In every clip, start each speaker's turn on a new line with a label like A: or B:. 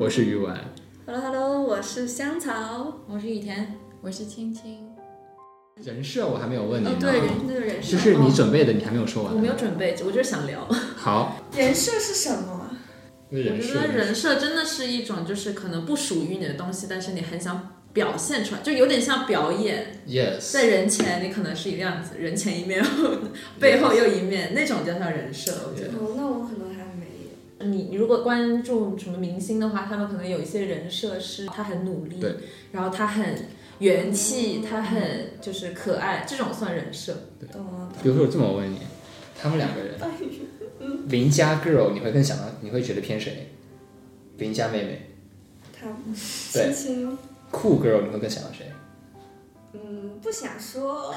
A: 我是鱼丸。
B: Hello Hello，我是香草。
C: 我是雨田，我是青青。
A: 人设我还没有问你
B: 哦
A: 呢，，啊
B: 对，人那个人
A: 嗯
B: 设，
A: 就是
C: 哦
A: 你准备的，你还没有说完。
C: 我没有准备，我就是想聊。
A: 好，
B: 人设是什么？啊
A: 那
C: 我
A: 人
C: 觉
A: 设
C: 得人设真的是一种，就是可能不属于你的东西，但是你很想表现出来，就有点像表演，
A: ，yes，
C: 在人前你可能是一个 样子，人前一面，背后又一面，那种叫做人设。我觉得
A: Yeah
B: 哦，那我可能还没有。
C: 你你如果关注什么明星的话，他们可能有一些人设是他很努力，
A: 对，
C: 然后他很元气，他很就是可爱，这种算人设。
B: 懂了，
A: 比如说我这么问你，他们两个
B: 哎
A: 人，
B: 嗯
A: 邻家 girl 你会更想到，你会觉得偏谁？邻家妹妹，
B: 他
A: 对
B: 青青，
A: 酷 girl 你会更想到谁
B: 嗯，不想说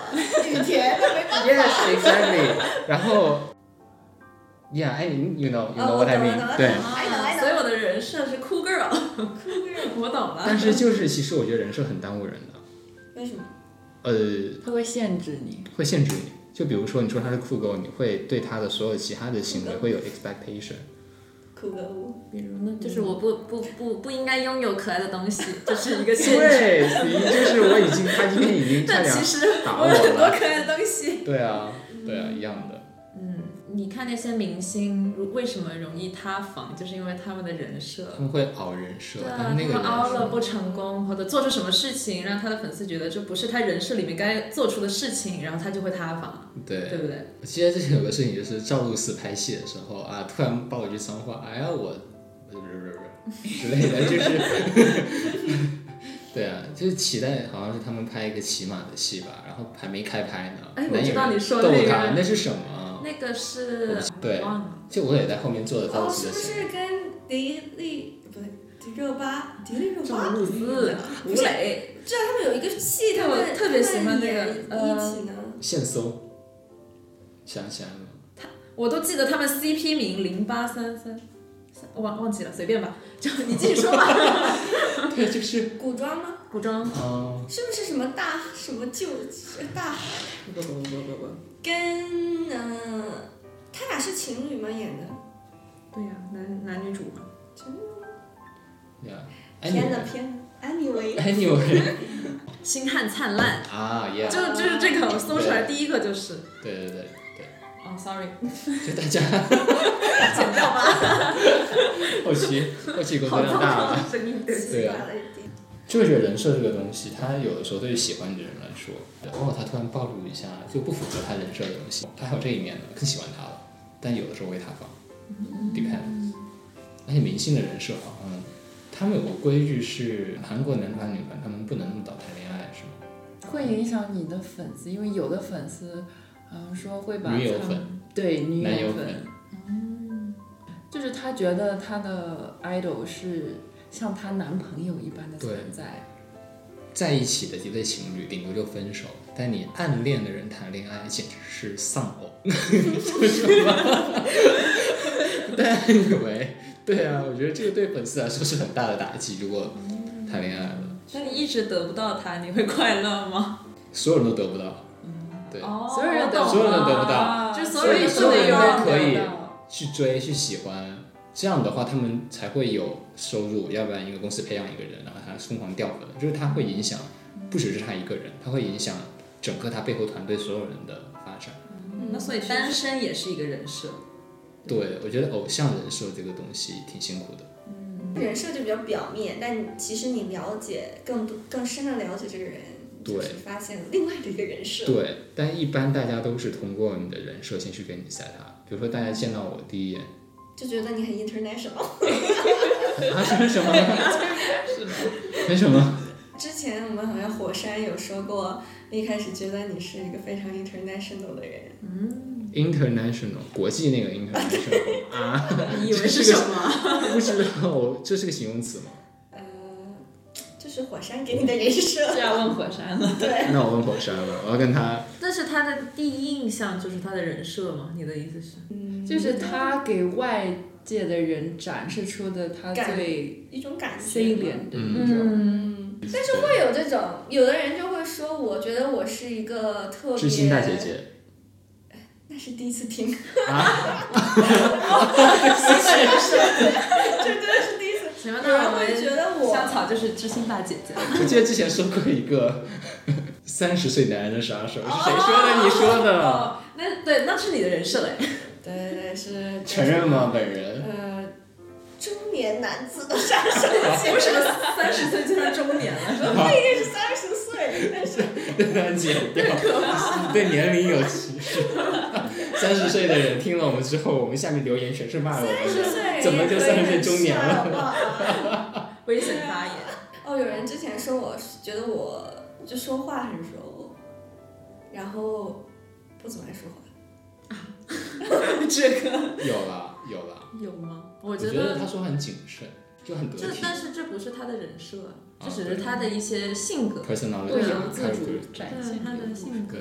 B: 雨田，
A: ？Yes，exactly。然 后，yeah，I you know you
B: 哦
A: know
B: 我
A: what I
B: 懂了
A: mean，、
B: 懂了
A: 对
B: 懂。了哎懂哎懂
C: 所以我的人设是 cool girl，我 懂了。
A: 但是就是其实我觉得人设很耽误人的，
B: 为什么？
A: 呃，
D: 它会限制你。
A: 会限制你。就比如说你说他是酷 girl，你会对他的所有其他的行为会有 expectation。
B: 酷个我，
C: 比如呢，就是我不不不不应该拥有可爱的 东西，这、是一个 限制。
A: 对，就是我已经，他今天已经差
C: 但
A: 点
C: 其实
A: 打
C: 我
A: 我
C: 有很多
A: 了。
C: 可爱的东西。
A: 对啊，对啊，一样的。
C: 嗯，你看那些明星如为什么容易塌房，就是因为他们的人设。
A: 他们会熬人设，
C: 对
A: 但
C: 啊，
A: 是那个
C: 他
A: 人
C: 们凹了
A: 设，
C: 不成功，或者做出什么事情让他的粉丝觉得这不是他人设里面该做出的事情，然后他就会塌房，对
A: 对。
C: 不对？
A: 我记得之前有个事情，就是赵露思拍戏的时候啊，突然爆一句脏话，哎呀我，不是不是不是不是之类的，就是， 对啊，就是期待好像是他们拍一个骑马的戏吧，然后还没开拍呢，
C: 哎
A: 那
C: 我知道
A: 有人
C: 你说的
A: 逗
C: 那个
A: 他，那是什么？啊
C: 那个是
A: 对
C: 忘了，
A: 就我也在后面做了赵露
B: 哦，
A: 思
B: 是
A: 的
B: 不
A: 行为。
B: 是跟迪丽不对迪热巴？迪丽热
C: 赵
B: 巴？
C: 露思、吴磊，
B: 这他们有一个戏，
C: 对
B: 他们
C: 我特别喜欢那个呃
B: 他们演一起呢。
A: 现搜，想起来了吗？
C: 我都记得他们 CP 名零八三三，我忘忘记了，随便吧，就你继续说 吧。
A: 对，就是，
B: 古装吗？
C: 古装，
A: 嗯，
B: 是不是什么大什么救大
C: 不不不不不不，
B: 跟嗯、呃，他俩是情侣吗？演的？
C: 对呀、男男女主嘛。
A: 对啊，
B: 天哪天哪！Anyway，
C: 哎
A: ，anyway，anyway，
C: 星汉灿烂，
A: 啊
C: 就
A: ，yeah，
C: 就是这个，我搜出来第一个就是。
A: 对对对
C: 哦，sorry，
A: 对，就大家
C: 剪掉吧，
A: 后期后期工作
C: 好
A: 量
C: 糟
A: 大
C: 糕
A: 了。
C: 的声音，对不起。
A: 对啊
B: 奇怪了一点。
A: 就觉得人设这个东西，它有的时候对于喜欢的人来说，哦，他突然暴露一下就不符合他人设的东西，他还有这一面呢，更喜欢他了。但有的时候会塌房，depends。而且明星的人设好像，他们有个规矩是，韩国男团女团他们不能那么早谈恋爱，是吗？
D: 会影响你的粉丝，因为有的粉丝，嗯，说会把
A: 女友
D: 他
A: 粉
D: 对女
A: 男友
D: 友嗯
A: 粉，
D: 就是他觉得他的 idol 是像她男朋友一般的
A: 对
D: 存在，
A: 在一起的一对情侣，顶多就分手。但你暗恋的人谈恋爱，简直是丧偶，但以为，对啊，我觉得这个对粉丝来说是很大的打击。如果谈恋爱了，
C: 那你一直得不到他，你会快乐吗？
A: 所有人都得不到，对
C: 哦
D: 所有人
C: 我懂
D: 都
C: 了
A: 所有人得不到，
C: 就是所
A: 有人
D: 所有
A: 都
D: 人
A: 可以
D: 得到
A: 去追去喜欢，这样的话他们才会有收入。要不然一个公司培养一个人，然后他疯狂掉粉，就是他会影响，不只是他一个人，他会影响整个他背后团队所有人的发展。
C: 嗯那所以单身也是一个人设，
A: 对，我觉得偶像人设这个东西挺辛苦的。
B: 人设就比较表面，但其实你了解更多、更深的了解这个人，
A: 对
B: 就是发现另外的一个人设。
A: 对，但一般大家都是通过你的人设先去给你塞他。比如说，大家见到我第一眼，
B: 就觉得你很 international。
A: 啊，什么什么， 没什么，
B: 之前我们好像火山有说过，一开始觉得你是一个非常 international 的人，
A: international 国际那个 international 啊，
C: 你以为是什 么？
A: 不知道，这是个形容词吗？
B: 呃，就是火山给你的人 设。
D: 这要问火山了，
B: 对，
A: 那我问火山了，我要跟他
C: 但是他的第一印象就是他的人设吗？你的意思是？
B: 嗯
D: 就是他给外界的人展示出的他
B: 感
D: 最
B: 一种感觉。
D: C 脸的一种，
C: 嗯，
B: 但是会有这种，有的人就会说，我觉得我是一个特别。
A: 知心大姐。姐
B: 那是第一次听，
A: 啊，
B: 这真的是第一次。
C: 行吧，
B: 有
C: 那
B: 人
C: 我
B: 会
C: 们
B: 觉得我
C: 香草就是知心大姐姐。
A: 我记得之前说过一个 三十岁男人的杀手，是谁
B: 哦
A: 说的？你说的？
C: 哦，那对，那是你的人设嘞。
B: 对对对，
D: 呃
B: 是
A: 承认？吗？本人
B: 呃，中年男子的杀手，
D: 呃
C: 为什么三十岁就算中年了？
B: 不一定是三十岁，但是
A: 对他剪掉，对年龄有歧视。三十岁的人听了我们之后，我们下面留言全是骂我
B: 三
A: 们
B: 十
A: 的。
B: 岁
A: 怎么就
B: 也可以
A: 三十岁
B: 很
A: 中年了
B: 帅了？
C: 危险发言。
B: 哦，有人之前说我觉得我就说话很柔，然后不怎么爱说话。
C: 这个
A: 有了，有了。
C: 有吗？我
A: 我
C: 觉
A: 觉
C: 得
A: 得他说很谨慎，就很得
C: 这，
A: 体
C: 但是这不是他的人设，这
A: 啊
C: 只是他的一些性格。
A: ，personality
D: 对
C: 对
D: 有
C: 啊
D: 自
A: character
D: 主展
C: 对
D: 现
C: 他的性格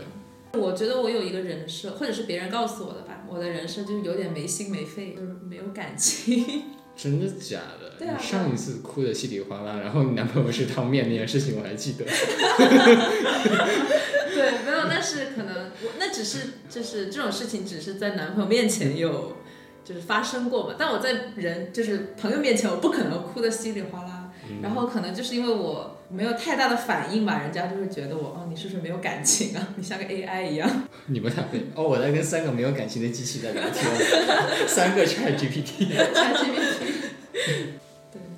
A: 对，
C: 我觉得我有一个人设，或者是别人告诉我的吧。我的人设就是有点没心没肺，就是没有感情。
A: 真的假的？
C: 对啊
A: 你上一次哭的稀里哗啦，然后你男朋友是汤面那件事情我还记得。
C: 对，没有，但是可能我那只是就是这种事情，只是在男朋友面前有就是发生过嘛。但我在人就是朋友面前，我不可能哭的稀里哗啦。
A: 嗯
C: 然后可能就是因为我没有太大的反应吧，人家就会觉得我哦，你是不是没有感情啊？ 你像个 AI 一样。
A: 你们俩会哦，我在跟三个没有感情的机器在聊天，三个 Chat GPT。
C: 对，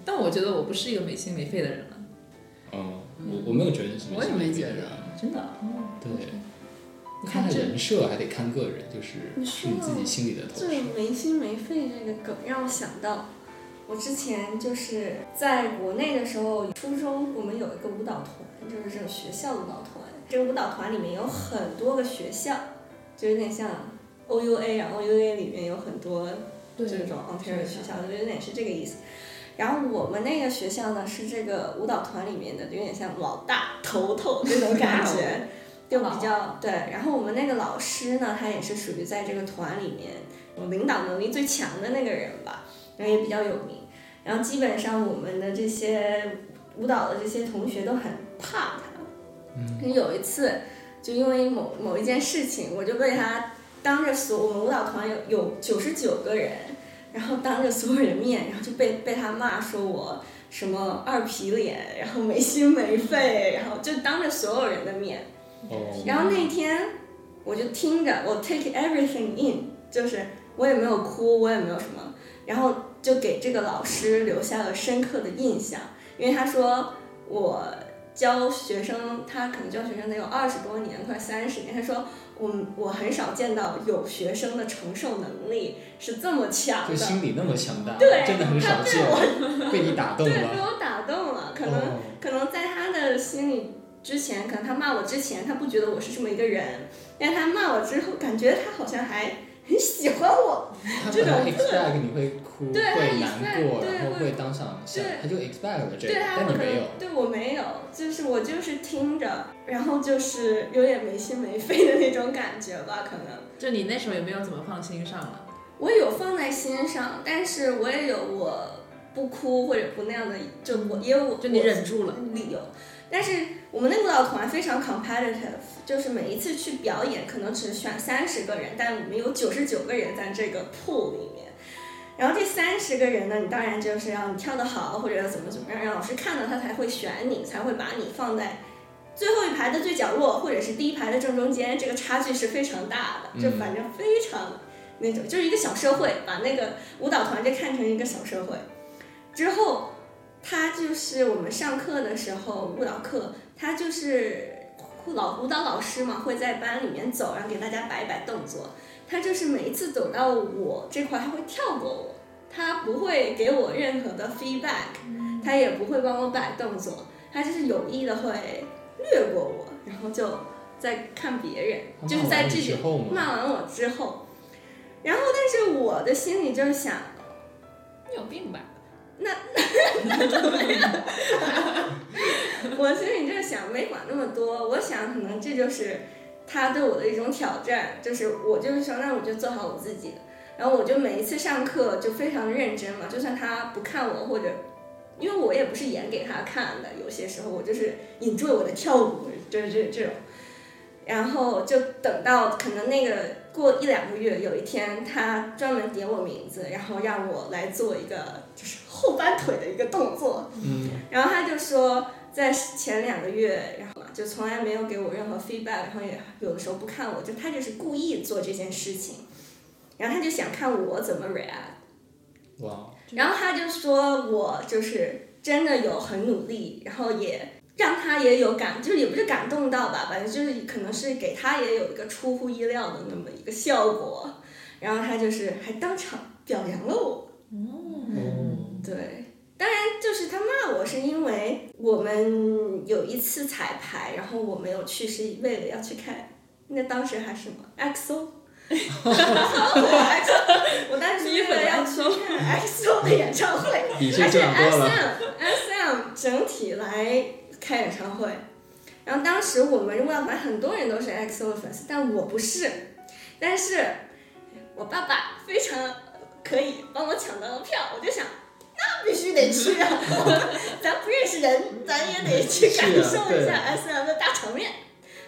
C: 但我觉得我不是一个没心没肺的人了，
A: 嗯，我我没有觉得你是没
D: 我也
A: 心
D: 没
A: 没肺
D: 觉
A: 的人
D: 得
A: 啊。
C: 真的。嗯
A: 对，
C: 你
A: 看
C: 看
A: 来
C: 这
A: 人设还得看个人，就是
B: 你
A: 是
B: 说
A: 你自己心里的投射。
B: 这个没心没肺这个梗让我想到，我之前就是在国内的时候，初中我们有一个舞蹈团，就是这种学校舞蹈团。这个舞蹈团里面有很多个学校，就有点像 OUA 啊，OUA 里面有很多
C: 对
B: 这种 Ontario 学校，就有点是这个意思。然后我们那个学校呢，是这个舞蹈团里面的，有点像老大头头这种感觉， 就比较对。然后我们那个老师呢，他也是属于在这个团里面领导能力最强的那个人吧，然后也比较有名。然后基本上我们的这些舞蹈的这些同学都很怕他。嗯、有一次，就因为某某一件事情，我就被他当着所我们舞蹈团有有九十九个人，然后当着所有人面，然后就被被他骂说我什么二皮脸，然后没心没肺，然后就当着所有人的面。
A: 哦，
B: 然后那天我就听着，我 take everything in，就是我也没有哭，我也没有什么，然后就给这个老师留下了深刻的印象，因为他说我教学生，他可能教学生得有二十多年，快三十年，他说。我我很少见到有学生的承受能力是这么强
A: 就
B: 的，
A: 心理那么强大，
B: 对
A: 真的很少见，被你打动
B: 对，被
A: 了。
B: 我打动了。可能、
A: 哦，
B: 可能在他的心里之前，可能他骂我之前，他不觉得我是这么一个人，但他骂我之后，感觉他好像还很喜欢
A: 哦
B: 我。
A: 他
B: 这
A: 本
B: 种
A: 来 expect 你会哭，
B: 对他
A: 会
B: expect，
A: 难过，
B: 对
A: 然后
B: 会
A: 会当场想
B: 对，
A: 他就 expect 了这个，
B: 对他
A: 但
B: 可
A: 你
B: 能
A: 没有。
B: 对我没有，就是我就是听着，然后就是有点没心没肺的那种感觉吧，可能。
C: 就你那时候也没有怎么放心上了。
B: 我有放在心上，但是我也有我不哭或者不那样的，就我也有我
C: 就你忍住了
B: 理由。但是我们那个舞蹈团非常 competitive，就是每一次去表演可能只选三十个人，但我们有九十九个人在这个 pool 里面。然后这三十个人呢，你当然就是要你跳得好，或者要怎么怎么样，让老师看到他才会选你，才会把你放在最后一排的最角落，或者是第一排的正中间，这个差距是非常大的，就
A: 嗯
B: 反正非常那种，就是一个小社会，把那个舞蹈团就看成一个小社会。之后，他就是我们上课的时候，舞蹈课，他就是呃老舞蹈老师嘛，会在班里面走，然后给大家摆一摆动作。他就是每一次走到我这块，他会跳过我，他不会给我任何的 feedback，他
A: 嗯
B: 也不会帮我摆动作，他就是有意的会略过我，然后就在看别人，
A: 他
B: 就是
A: 骂
B: 在
A: 完
B: 这
A: 你
B: 里
A: 之后嘛，
B: 骂完我之后，然后但是我的心里就是想，
D: 你有病吧？
B: 我心里就是想没管那么多，我想可能这就是他对我的一种挑战，就是我就是说那我就做好我自己，然后我就每一次上课就非常认真嘛，就算他不看我或者，因为我也不是演给他看的，有些时候我就是 enjoy 我的跳舞，就是这这种。然后就等到可能那个过一两个月，有一天他专门点我名字，然后让我来做一个就是后搬腿的一个动作，
A: 嗯，
B: 然后他就说在前两个月，然后嘛就从来没有给我任何 feedback，然后也有的时候不看我，就他就是故意做这件事情，然后他就想看我怎么 react。
A: 哇，
B: 然后他就说我就是真的有很努力，然后也让他也有感，就是也不是感动到吧，反正就是可能是给他也有一个出乎意料的那么一个效果。然后他就是还当场表扬了我，
A: 哦，
B: 对。当然，就是他骂我是因为我们有一次彩排，然后我没有去，是为了要去看，那当时还什么 XO，我当时为了要去看 XO 的演唱会，
A: 比
B: 而
A: 这
B: 且
A: 赚多
B: S
A: 了，
B: M S M 整体来开演唱会，然后当时我们外环很多人都是 X O 的粉丝，但我不是，但是我爸爸非常可以帮我抢到了票，我就想。那必须得去啊！ 咱不认识人，咱也得去感
A: 是啊
B: 受一
A: 对
B: 下
A: 啊
B: S M 的大场面。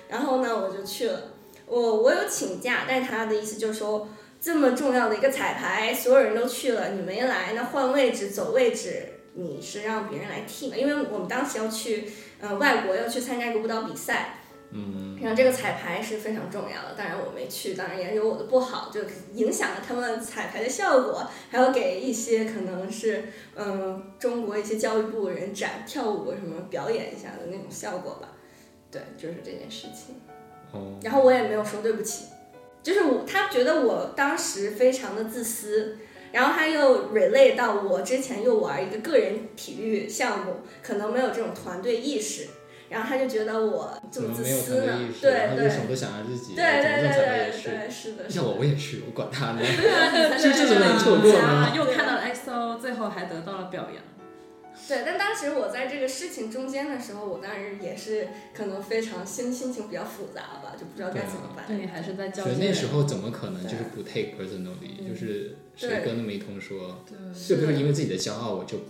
B: 然后呢，我就去了。我我有请假，但是他的意思就是说这么重要的一个彩排，所有人都去了，你没来，那换位置走位置，你是让别人来替嘛？因为我们当时要去，呃，外国要去参加一个舞蹈比赛，
A: 嗯，
B: 然后这个彩排是非常重要的，当然我没去，当然也有我的不好，就影响了他们彩排的效果，还有给一些可能是嗯、中国一些教育部人展跳舞什么表演一下的那种效果吧，对，就是这件事情。
A: 哦，
B: 然后我也没有说对不起，就是我他觉得我当时非常的自私，然后他又 relay 到我之前又玩一个个人体育项目，可能没有这种团队意识，然后他就觉得我这
A: 怎么
B: 自
A: 没有
B: 私
A: 团
B: 呢
A: 队意？识？
B: 对
A: 然后
B: 对
A: 就什么都想让自己，
B: 对
A: 怎么这
B: 对对
A: 么想也
B: 对
A: 是。
B: 对，是的，是
A: 像我，
B: 的。
A: 我也是，我管 他呢。
C: 对啊，你才
A: 就这种人错过吗
C: 啊又看到了 XO，最后还得到了表扬。
B: 对，但当时我在这个事情中间的时候，我当时也是可能非常心心情比较复杂吧，就不知道该
A: 啊
B: 怎么办。
C: 对你还是在交
A: 所以
C: 接。
A: 那时候怎么可能
B: 对嗯
A: 就是不 take personally，就是谁
B: 对
A: 跟那么一通说，
D: 对，
A: 就比如因为自己的骄傲，我就不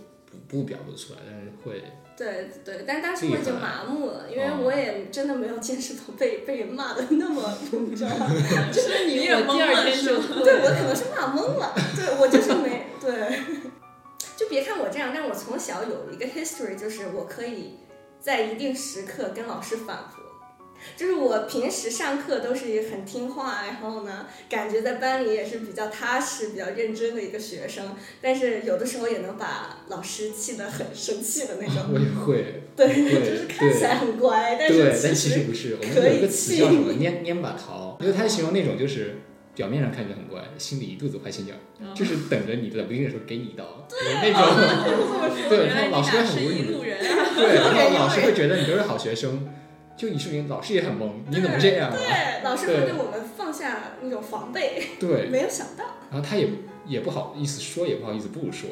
A: 不表露出来，但是会
B: 对对，但当时我已经麻木了，因为
A: 哦
B: 我也真的没有见识到被被人骂的那么，你知道吗？
D: 就是
C: 你
D: 你
C: 也
D: 我
C: 懵
D: 第
C: 了
D: 二天
C: 是
D: 就
C: 吗
B: 对我可能是骂懵了，对我就是没对。 就别看我这样，但我从小有一个 history，就是我可以在一定时刻跟老师反驳。就是我平时上课都是很听话，然后呢，感觉在班里也是比较踏实、比较认真的一个学生，但是有的时候也能把老师气得很生气的那种。
A: 我也会，
B: 对，
A: 对
B: 就是看起来很乖，但
A: 对
B: 是，
A: 但其
B: 其
A: 实不是。我们
B: 可以
A: 有一个词叫什么“蔫蔫巴桃”，因为它形容那种就是表面上看着很乖，心里一肚子坏心眼儿，就是等着你冷不丁的时候给你一刀，对那
C: 哦
A: 种。对，
C: 原来
A: 然
C: 你
A: 后老师
C: 俩
A: 会很
C: 是
A: 无
C: 一
A: 语。
C: 路人 啊！
A: 对，然后老师会觉得你都是好学生，就你说明老师也很懵，你怎么这样啊？
B: 对哎老师会对我们放下那种防备，
A: 对，
B: 没有想到。
A: 然后他也也不好意思说，也不好意思不说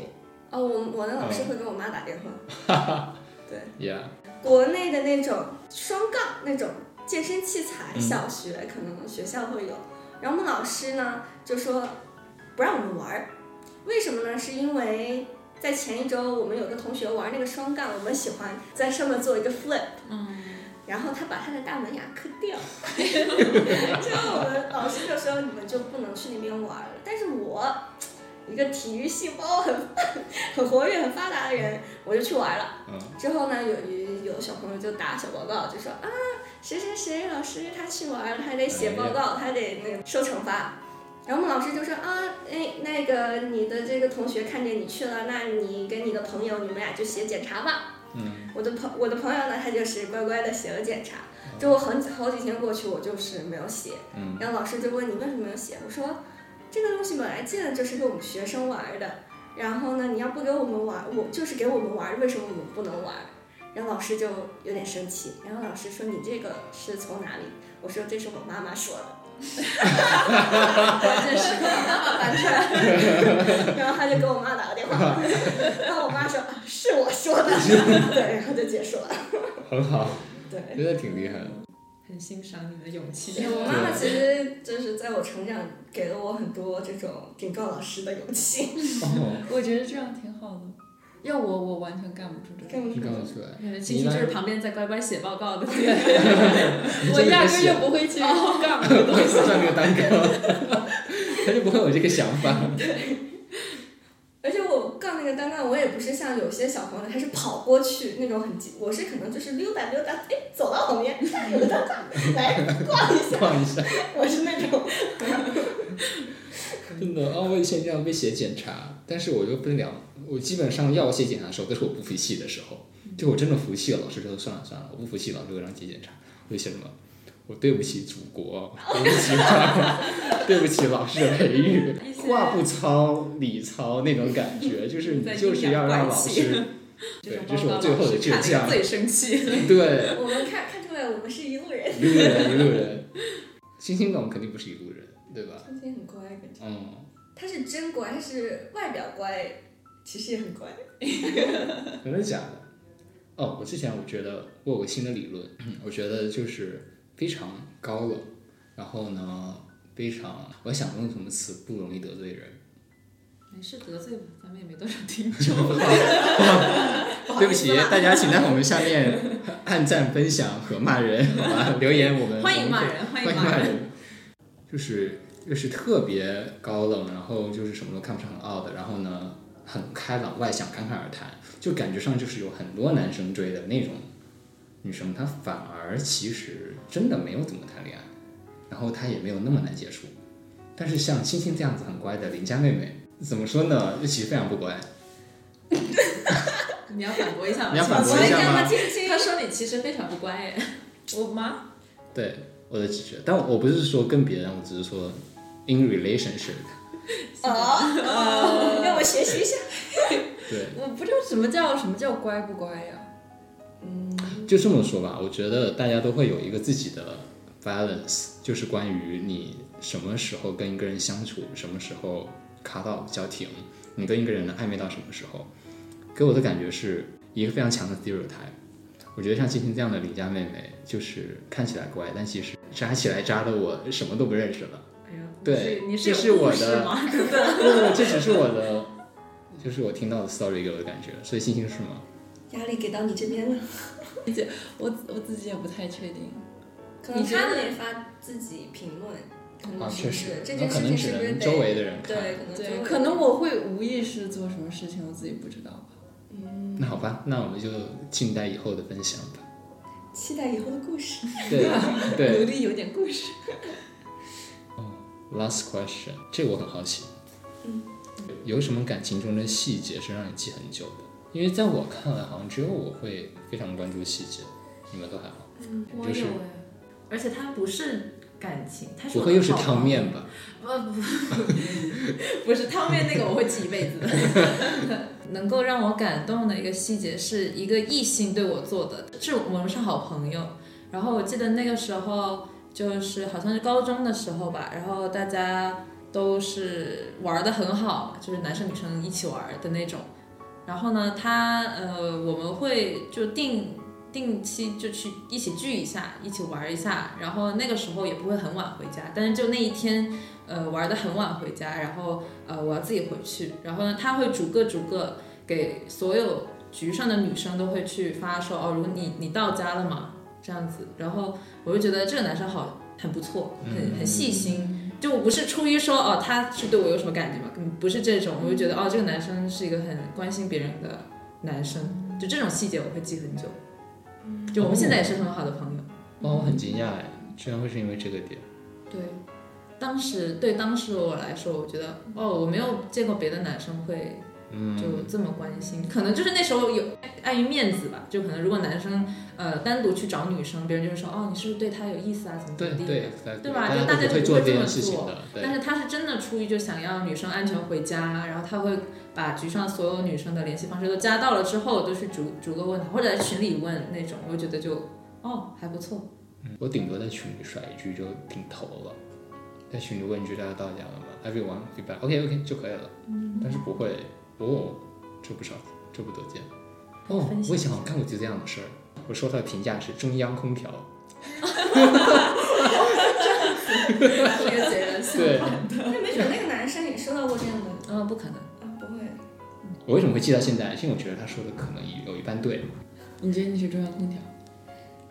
B: 哦，我我的老
A: 嗯
B: 师会给我妈打电话。
A: ，Yeah，
B: 国内的那种双杠那种健身器材，
A: 嗯
B: 小学可能学校会有。然后我们老师呢就说不让我们玩儿，为什么呢？是因为在前一周我们有个同学玩那个双杠，我们喜欢在上面做一个 flip。
C: 嗯，
B: 然后他把他的大门牙磕掉，之后我们老师就说你们就不能去那边玩了。但是我一个体育细胞很 很活跃、很发达的人，我就去玩了。
A: 嗯，
B: 之后呢，有有有小朋友就打小报告，就说啊，谁谁谁老师他去玩了，还得写报
A: 哎
B: 告，还得那个受惩罚。然后我们老师就说啊，哎，那个你的这个同学看见你去了，那你跟你的朋友，你们俩就写检查吧。
A: 嗯，
B: 我的朋我的朋友呢，他就是乖乖的写了检查。之后很好几天过去，我就是没有写。
A: 嗯，
B: 然后老师就问你为什么没有写，我说这个东西本来进来就是给我们学生玩儿的，然后呢你要不给我们玩儿，我就是给我们玩儿，为什么我们不能玩儿？然后老师就有点生气，然后老师说你这个是从哪里？我说这是我妈妈说的。 关键时刻把妈妈搬出来， 然后他就给我妈打个电话，然后我妈说啊是我说的， 对，然后就结束了。
A: 很好，
B: 对，
A: 真的挺厉害的，
C: 很欣赏你的勇气。
B: 我妈妈其实就是在我成长给了我很多这种顶撞老师的勇气。
A: 哦，
D: 我觉得这样挺好的。要我我完全干不出这种，
B: 更
A: 你刚刚出来，
C: 原来青青就是旁边在乖乖写报告的， 哦对，
D: 我压根
A: 就
D: 就不会 去干这个东西。
A: 算这个单杠， 他就不会有这个想法。
B: 而且我杠那个单杠，我也不是像有些小朋友，他是跑过去那种很急，我是可能就是溜达溜达，哎，走到旁边，看有个单杠，来逛一下，
A: 逛一下，
B: 我是那种，
A: 真的啊、我以前这样被写检查，但是我就不良，我基本上要我写检查的时候，都是我不服气的时候，
C: 嗯
A: 就我真的服气了，老师就说算了算了，我不服气，老师就让你写检查，我就写什么，我对不起祖国，对不起妈妈， 对不起老师的培育
C: 一，些
A: 话不糙理糙那种感觉，就是
C: 在
A: 你
C: 阴
A: 就是
C: 阳
A: 要让
C: 怪
A: 老
C: 气
A: 师， 对，这是我最后的倔强，
C: 最生气。
A: 对。
B: 我们看看出来我们是一路人，
A: 一路人，一路人。星星总肯定不是一路人，对吧？
B: 今天很乖，感觉
A: 嗯，
B: 他是真乖，他是外表乖，其实也很乖。
A: 真的假的？哦，我之前我觉得我有个新的理论， 我觉得就是非常高冷，然后呢，非常我想用什么词不容易得罪人。
C: 没事，得罪吧，咱们也没多少 听 众。
B: 不好
A: 啊
C: 啊
A: 对
B: 意
A: 不
B: 思
A: 起，
B: 啦
A: 大家请在我们下面 按赞、分享和骂人，好吧？留言我们
C: 欢迎骂
A: 人。
C: 人，欢
A: 嗯欢迎
C: 骂
A: 骂
C: 人。
A: 人， 就是就是特别高冷，然后就是什么都看不上很傲的，然后呢很开朗外向，侃侃而谈，就感觉上就是有很多男生追的那种女生，她反而其实真的没有怎么谈恋爱，然后她也没有那么难接触，但是像星星这样子很乖的邻家妹妹，怎么说呢？就其实非常不乖，
C: 你要反驳一下吗？
A: 你要反
B: 我
A: 驳
B: 来
A: 一下
B: 让
A: 吗
B: 他听清
C: 他。说你其实非常不乖哎。
D: 我 妈
A: 对我的直觉，但我不是说跟别人，我只是说 in relationship，
B: 哦，让我学习一下。
A: 对。
D: 呃我不知道什么叫什么叫乖不乖呀、
A: 就这么说吧，我觉得大家都会有一个自己的 balance，就是关于你什么时候跟一个人相处，什么时候卡到叫停，你跟一个人能暧昧到什么时候。给我的感觉是一个非常强的 stereotype。我觉得像今天这样的邻家妹妹，就是看起来乖，但其实扎起来扎的我什么都不认识 了。
C: 哎呀，
A: 对
C: 你
A: 这是
C: 是有故
A: 我
C: 事
A: 的
C: 吗？
A: 不不不，这只是我的，就是我听到的 story 给我的感觉。所以星星是吗？
B: 压力给到你这边了，
D: 我我自己也不太确定。
B: 可能
D: 你觉
B: 他
D: 得
B: 没法自己评论，可
A: 啊，
B: 能是
A: 确
B: 不
A: 实
B: 是这，
A: 那
B: 件
A: 可
B: 事
A: 能
B: 情
A: 只
B: 是不是
A: 能
B: 得
A: 周围的人看。
B: 对，可能周围
D: 对，可能我会无意识做什么事情，我自己不知道吧。
A: 那好吧，那我们就静待以后的分享吧。
B: 期待以后的故 事。
A: 对
D: 努
A: 对
D: 力有点故事。
A: ，last question，这个我很好奇。嗯，有什么感情中的细节是让你记很久的？因为在我看来，好像只有我会非常关注细节，你们都还好。
C: 我
A: 就是
C: 有哎，而且它不是感情，它是
A: 不
C: 我
A: 会
C: 的
A: 又是
C: 好啊
A: 汤
C: 朋友
A: 面吧？
C: 呃，不，不是汤面那个，我会记一辈子。 能够让我感动的一个细节，是一个异性对我做的，是我们是好朋友。然后我记得那个时候，就是好像是高中的时候吧，然后大家都是玩的很好，就是男生女生一起玩的那种。然后呢，他呃，我们会就定定期就去一起聚一下，一起玩一下。然后那个时候也不会很晚回家，但是就那一天呃玩的很晚回家，然后呃我要自己回去，然后呢他会逐个逐个给所有局上的女生都会去发说哦，如果你你到家了嘛这样子，然后我就觉得这个男生好很不错，很很细心，就我不是出于说哦他是对我有什么感觉嘛，嗯不是这种，我就觉得哦这个男生是一个很关心别人的男生，就这种细节我会记很久，就我们现在也是很好的朋友。
A: 哇，我
C: 嗯
A: 很惊讶哎，居然会是因为这个点。
C: 对，当时对当时我来说，我觉得哦，我没有见过别的男生会
A: 嗯
C: 就这么关心，可能就是那时候有碍于面子吧，就可能如果男生呃单独去找女生，别人就会说哦，你是不是对她有意思啊，怎么怎
A: 对
C: 么地。
A: 对
C: 对吧
A: 大
C: 就
A: 家
C: 大
A: 都不
C: 家就
A: 会
C: 不
A: 做
C: 会
A: 这
C: 这
A: 件
C: 么
A: 事情
C: 做
A: 的。对，
C: 但是他是真的出于就想要女生安全回家，然后他会把局上所有女生的联系方式都加到了之后，都去逐逐个问她，或者在群里问那种，我觉得就哦还不 错，
A: 我顶多在群里甩一句就顶头了，在群里问一句大家到家了吗？Everyone be back. OK OK 就可以了。
C: 嗯
A: 但是不会哦，这不少，这不多见。哦
C: 分，享
A: 我以前好像干过就这样的事儿。我收到的评价是中央空调，
C: 是一个截然相
A: 对，
B: 那没准那个男生也收到过这样的
C: 嗯，不可能。
B: 啊，不会，
A: 我为什么会记到现在？是因为我觉得他说的可能有一半对，
D: 你觉得你是中央空调？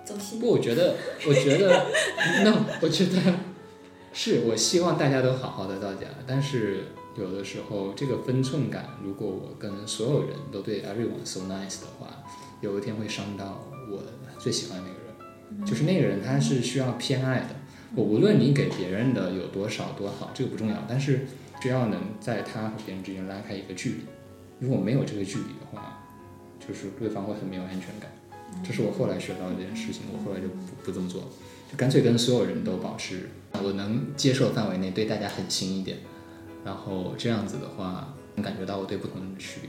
B: 走
A: 不
B: 心。
A: 过我觉得，我觉得，no，我觉得是我希望大家都好好的到家，但是有的时候这个分寸感，如果我跟所有人都对 everyone so nice 的话，有一天会伤到我最喜欢的那个人，就是那个人他是需要偏爱的。我无论你给别人的有多少多好，这个不重要，但是只要能在他和别人之间拉开一个距离，如果没有这个距离的话，就是对方会很没有安全感。这是我后来学到的一件事情，我后来就不不这么做了，就干脆跟所有人都保持我能接受范围内对大家狠心一点，然后这样子的话，能感觉到我对不同人的区别。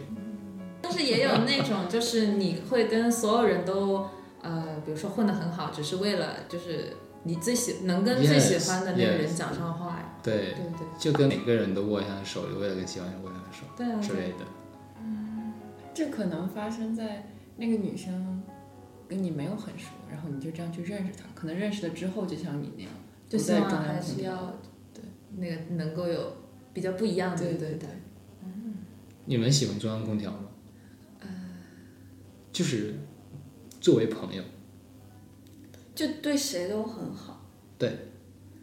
C: 但是也有那种，就是你会跟所有人都，呃，比如说混得很好，只是为了就是你最喜能跟最
A: Yes,
C: 喜欢的那个
A: yes.
C: 人讲上话呀，
A: 对
C: 对，不对？
A: 就跟每个人都握一下手，就为了跟喜欢人握一下手
C: 对啊，
A: 之
C: 对
A: 类
C: 啊
A: 的。
D: 这可能发生在那个女生跟你没有很熟，然后你就这样去认识她，可能认识了之后就像你那样，
C: 就
D: 不
C: 希
D: 再
C: 望
D: 中央
C: 还
D: 空
C: 是
D: 调。
C: 要对那个能够有比较不一样的
D: 对对
C: 待
D: 对。
A: 你们喜欢中央空调吗？
C: 呃
A: 就是作为朋友，
B: 就对谁都很好，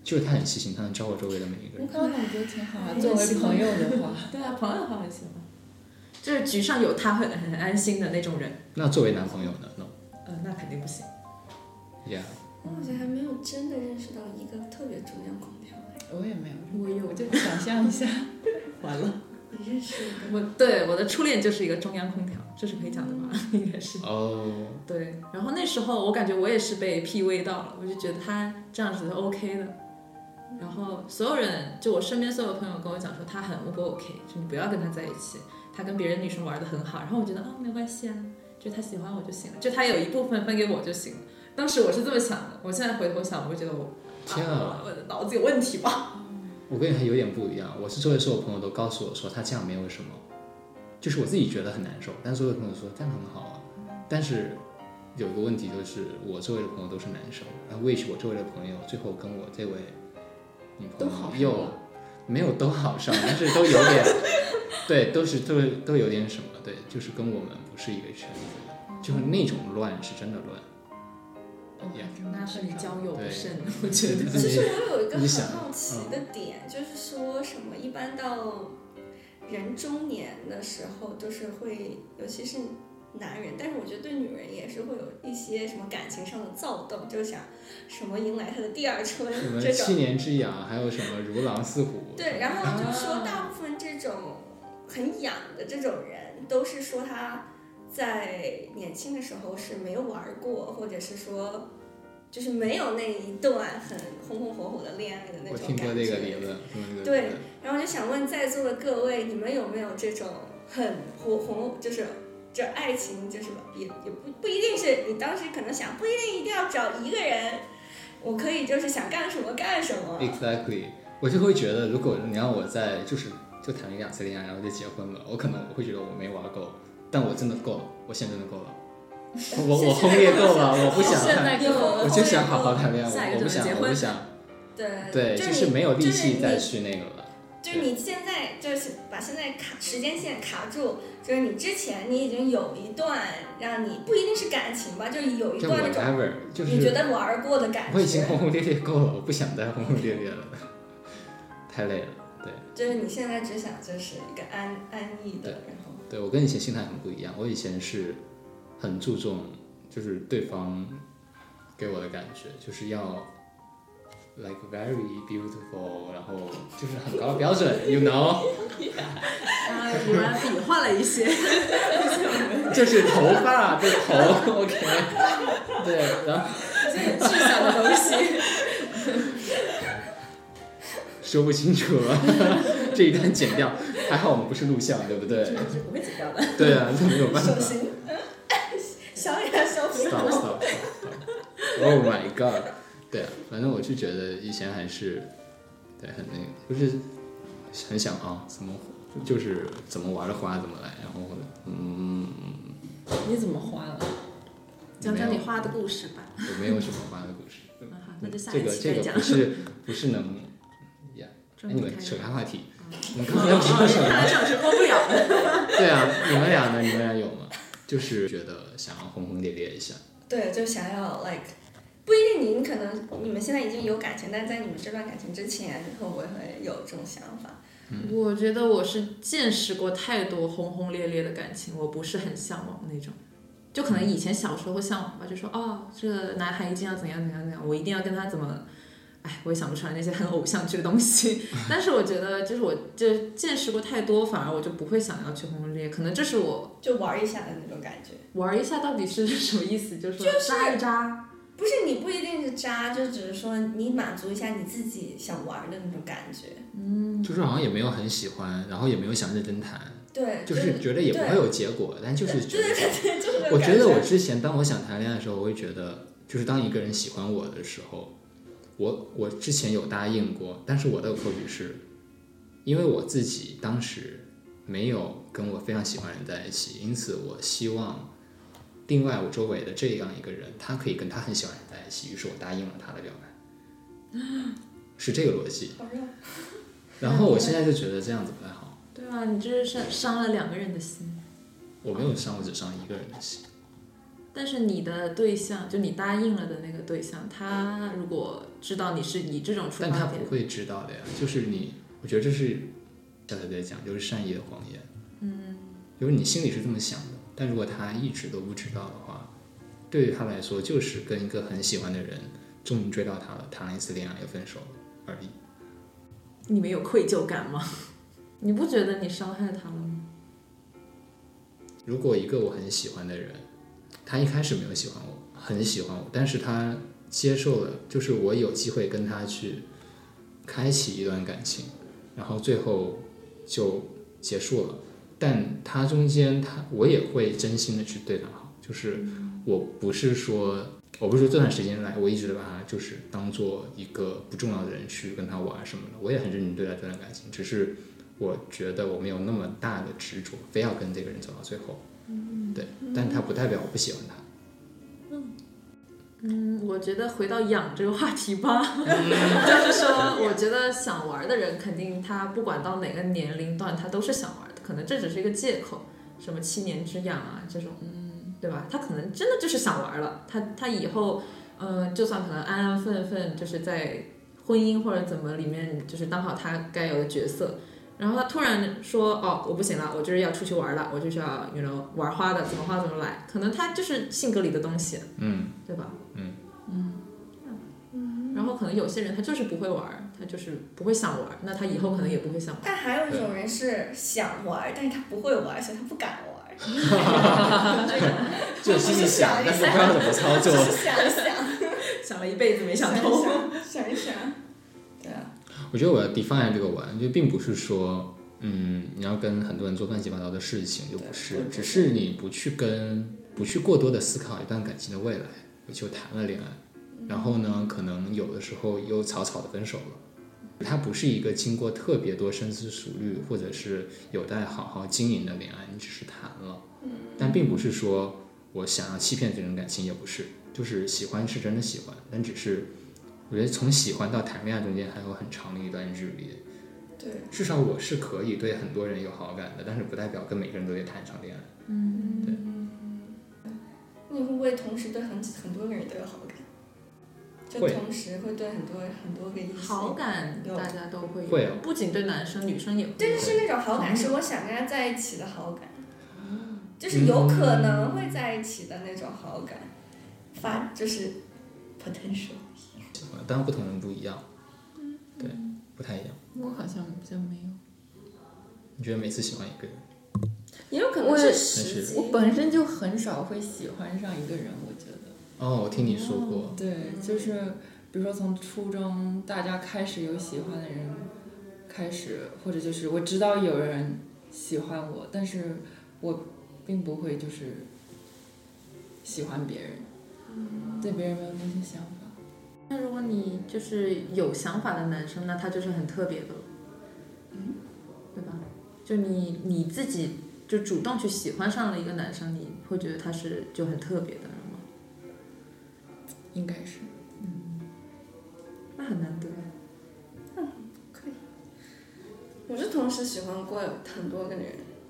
A: 就是他很细心，他能照顾周围的每一个人。
D: 那我觉得挺好啊，
C: 哎
D: 作为
C: 喜欢
D: 朋友的话，
C: 对啊，朋友好很喜欢，就是局上有他会很安心的那种人。
A: 那作为男朋友呢？No，yeah，
C: 呃，那肯定不 行。
B: 我觉得还没有真的认识到一个特别中央空调。
D: 我也没有，
C: 我
D: 我就想象一下，
C: 完了。
B: 你认识一个？
C: 我对我的初恋就是一个中央空调，这是可以讲的 吧？应该是。
A: 哦，
C: 对，然后那时候我感觉我也是被 PUA 到了，我就觉得他这样子是 OK 的。然后所有人，就我身边所有朋友跟我讲说他很不 OK，就你不要跟他在一起，他跟别人女生玩的很好。然后我觉得啊没关系啊，就他喜欢我就行了，就他有一部分分给我就行了。当时我是这么想的，我现在回头想，我会觉得我
A: 天啊
C: 我我的脑子有问题吧？
A: 我跟你还有点不一样，我是周围所有朋友都告诉我说他这样没有什么，就是我自己觉得很难受，但所有朋友说这样很好啊。但是有一个问题就是，我周围的朋友都是男生，然后 which 我周围的朋友最后跟我这位女朋
D: 都好
A: 友
D: 上
A: 又
D: 了
A: 没有都好上，但是都有点， 对，都是都都有点什么，对，就是跟我们不是一个圈子的，就是那种乱是真的乱。
D: 哦
A: 也
C: 那是你交友不慎，
A: 我觉得
B: 其实我有一个
A: 你
B: 很
A: 想嗯
B: 好奇的点，就是说什么一般到人中年的时候，就是会，尤其是男人，但是我觉得对女人也是会有一些什么感情上的躁动，就想什么迎来他的第二春
A: 什么
B: 这
A: 七
B: 种。
A: 年之痒，还有什么如狼似虎，
B: 对，然后就说
C: 啊
B: 大部分这种很痒的这种人，都是说他在年轻的时候是没有玩过，或者是说。就是没有那一段很红红火火的恋爱的那
A: 我
B: 种
A: 听
B: 感觉。
A: 过这个理论，听过这个理论
B: 对然后我就想问在座的各位，你们有没有这种很火红，就是这爱情，就是也也不不一定是你当时可能想，不一定一定要找一个人，我可以就是想干什么干什么。
A: Exactly，我就会觉得，如果你让我在就是就谈了两次恋爱，然后就结婚了，我可能我会觉得我没玩够，但我真的够了，我现在真的够了，我我轰烈够了，我不想
C: 现
A: 谈，
C: 在
B: 有
A: 我就想好好谈恋
C: 下
A: 爱，
C: 一
A: 我
C: 个
A: 我不
C: 就是
A: 想
C: 结
A: 我不
C: 婚
A: 想，
B: 对
A: 对，
B: 就
A: 就是没有力气再
B: 就是
A: 去那个了。
B: 你就是你现在就是把现在卡时间线卡住，就是你之前你已经有一段让你不一定是感情吧，就是有一
A: 就
B: 段那种
A: whatever，就哎
B: 你觉
A: 是
B: 得玩过的感觉。
A: 我已经轰 轰烈烈够了，我不想再轰轰烈烈了，太累了。
B: 就是你现在只想就是一个安安逸的，然后
A: 对我跟以前心态很不一样，我以前是很注重就是对方给我的感觉，就是要 like very beautiful，然后就是很高的标准，you know，
C: 啊，果然比划了一些。
A: 就是头发，对头，OK，对，然后
C: 很具象的东西，
A: 说不清楚 了，这一段剪掉，还好我们不是录像，对不对？
C: 是不会剪掉的。
A: 对啊，这没有办法
B: 手型，小点 手型。
A: stop stop stop stop。Oh my god！对啊，反正我是觉得以前还是，对，很那个，就是很想啊，怎么就是怎么玩的花怎么来，然后嗯，
D: 你怎么花了？
C: 讲讲
A: 没
C: 你
A: 有
C: 花的故事吧。
A: 我没有什么花的故事。
C: 嗯好，那就下
A: 这
C: 一
A: 个
C: 期
A: 这
C: 再
A: 个
C: 讲
A: 不。是不是能，哎
C: 终
A: 你
C: 于
A: 们
C: 开
A: 扯
C: 始
A: 开话题，
C: 啊
A: 你刚才不是什
C: 看来
A: 么？
C: 这种是过不了的。
A: 对啊，你们俩呢？你们俩有吗？就是觉得想要轰轰烈烈一下，
B: 对，就想要 like，不一定您可能你们现在已经有感情，但在你们这段感情之前，会不会会有这种想法？
C: 我觉得我是见识过太多轰轰烈烈的感情，我不是很向往那种。就可能以前小时候向往吧，就说哦，这男孩一定要怎样怎样怎样，我一定要跟他怎么，哎，我也想不出来那些很偶像剧的东西。但是我觉得，就是我就见识过太多，反而我就不会想要去轰轰烈烈。可能这是我
B: 就玩一下的那种感觉。
C: 玩一下到底是什么意思，就是说
B: 就是
C: 扎一扎。
B: 不是你不一定是渣，就只是说你满足一下你自己想玩的那种感觉。
C: 嗯
A: 就是好像也没有很喜欢，然后也没有想认真谈，
B: 对，
A: 就
B: 就是
A: 觉得也不会
B: 对
A: 有结果，但就是觉
B: 对
A: 得
B: 对对对，就是 那种
A: 我觉得
B: 感
A: 我之前当我想谈恋爱的时候，我会觉得，就是当一个人喜欢我的时候，我我之前有答应过，但是我的口语是，因为我自己当时没有跟我非常喜欢的人在一起，因此我希望另外我周围的这样一个人，他可以跟他很喜欢的人在一起，于是我答应了他的 表白，是这个逻辑。
B: 好热
A: 然后我现在就觉得这样子不太好，
C: 对啊，你这是伤伤了两个人的心。
A: 我没有伤，我只伤一个人的心。
C: 但是你的对象，就你答应了的那个对象，他如果知道你是以这种出
A: 但
C: 发
A: 他
C: 点
A: 不，会知道的呀，就是你，我觉得这是下次再讲，就是善意的谎言。嗯，就是你心里是这么想的，但如果他一直都不知道的话，对于他来说就是跟一个很喜欢的人终于追到他了，谈了一次恋爱又分手了而已。
C: 你没有愧疚感吗？ 你不觉得你伤害他了吗？
A: 如果一个我很喜欢的人，他一开始没有喜欢我，很喜欢我，但是他接受了，就是我有机会跟他去开启一段感情，然后最后就结束了。但他中间他我也会真心的去对他好，就是我不是说我不是说这段时间来我一直把他就是当做一个不重要的人去跟他玩什么的，我也很认真地对待这段感情，只是我觉得我没有那么大的执着，非要跟这个人走到最后。对，但他不代表我不喜欢他。
C: 嗯，我觉得回到养这个话题吧，就是说，我觉得想玩的人，肯定他不管到哪个年龄段，他都是想玩的，可能这只是一个借口，什么七年之痒啊这种，嗯，对吧？他可能真的就是想玩了，他他以后，呃，就算可能安安分分，就是在婚姻或者怎么里面，就是当好他该有的角色。然后他突然说：“哦，我不行了，我就是要出去玩了，我就是要，you know，玩花的，怎么花怎么来。”可能他就是性格里的东西，
A: 嗯，
C: 对吧？
A: 嗯
C: 嗯，然后可能有些人他就是不会玩儿，他就是不会想玩儿，那他以后可能也不会想玩儿。
B: 但还有一种人是想玩，但是他不会玩，所以他不敢玩。
A: 就心里 想，但是不知道怎么操作。
B: 只是想一想，
C: 想了一辈子没想
B: 想
C: 通
B: 一。想，想一想。对啊，
A: 我觉得我要 define 这个玩，就并不是说，嗯，你要跟很多人做乱七八糟的事情，就不是
B: 对，
A: 只是你不去跟，不去过多的思考一段感情的未来，我就谈了恋爱，
B: 嗯
A: 然后呢，可能有的时候又草草的分手了。它不是一个经过特别多深思熟虑，或者是有待好好经营的恋爱，你只是谈了，
B: 嗯
A: 但并不是说我想要欺骗这种感情，也不是，就是喜欢是真的喜欢，但只是我觉得从喜欢到谈恋爱中间还有很长的一段距离。
B: 对，
A: 至少我是可以对很多人有好感的，但是不代表跟每个人都得谈一场恋爱。
C: 嗯
B: 那你会不会同时对很很多个人都有好感？就
A: 会
B: 同时会对很多很多个异性
C: 好感
B: 有
C: 大家都会有，
A: 会有
C: 不仅对男生，女生也会
B: 对，
C: 有。
B: 是那种好感，是我想跟他在一起的好感，就是有可能会在一起的那种好感，发就是 potential。
A: 喜欢，呃当然不同人不一样，
B: 嗯
A: 对，不太一样。
D: 我好像比较没有，
A: 你觉得每次喜欢一个人，
B: 也有可
D: 我
B: 能
D: 也
B: 是时
A: 是
B: 机。
D: 我本身就很少会喜欢上一个人，我觉得。
A: 哦，我听你说 过，
D: 对，就是比如说从初中大家开始有喜欢的人开始，或者就是我知道有人喜欢我，但是我并不会就是喜欢别人，对别人没有那些想法。
C: 那如果你就是有想法的男生，那他就是很特别的了，嗯，对吧？就你你自己就主动去喜欢上了一个男生，你会觉得他是就很特别的人吗？
D: 应该是，
C: 嗯那很难得。
B: 可以。我是同时喜欢过很多个人，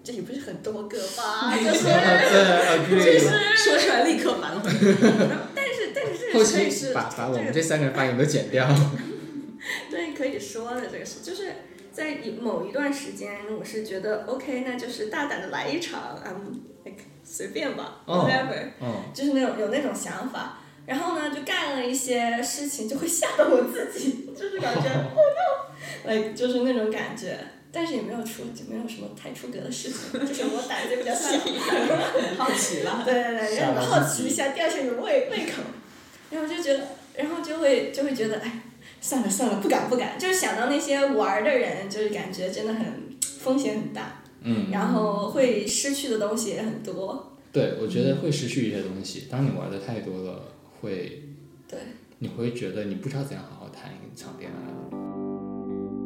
B: 这也不是很多个吧，就是
A: 对，agree。
C: 说出来立刻烦了。
B: 但是但是
A: 后
B: 这可
A: 期
B: 以是
A: 把把我
B: 这
A: 们
B: 个
A: 这三个人发言都剪掉。
B: 对，可以说的这个事，就是在一某一段时间，我是觉得 OK，那就是大胆的来一场，I'm like 随便吧
A: 哦
B: ，whatever，、
A: 嗯，
B: 就是那种有那种想法。然后呢，就干了一些事情，就会吓到我自己，就是感觉 oh no，like 就是那种感觉。但是也没有出，就没有什么太出格的事情，就是我胆子比较小。
C: 好奇了，
B: 对对对，
A: 吓
B: 让
A: 到
B: 你
A: 自己
B: 好奇一下，吊一下你的胃胃口，然后就觉得，然后就会就会觉得，哎，算了算了，不敢不敢，就是想到那些玩儿的人，就是感觉真的很风险很大，
A: 嗯，
B: 然后会失去的东西也很多，
A: 对，我觉得会失去一些东西。当你玩的太多了，会
B: 对，
A: 你会觉得你不知道怎样好好谈一场恋爱。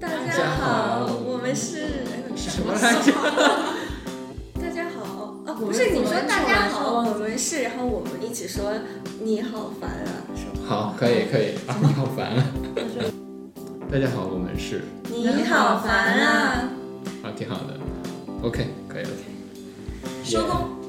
B: 大
A: 大
B: 家
A: 家好
B: 好，我们 是哎什
A: 么
B: 来着？ 大家 好，哦，不是你说大家好，我们是，然后我们一起说你好烦啊，是吧？
A: 好，可以可以啊，你好烦啊！大家好，我们是
B: 你好烦啊，
A: 啊，挺好的，OK，可以了。
C: 收工。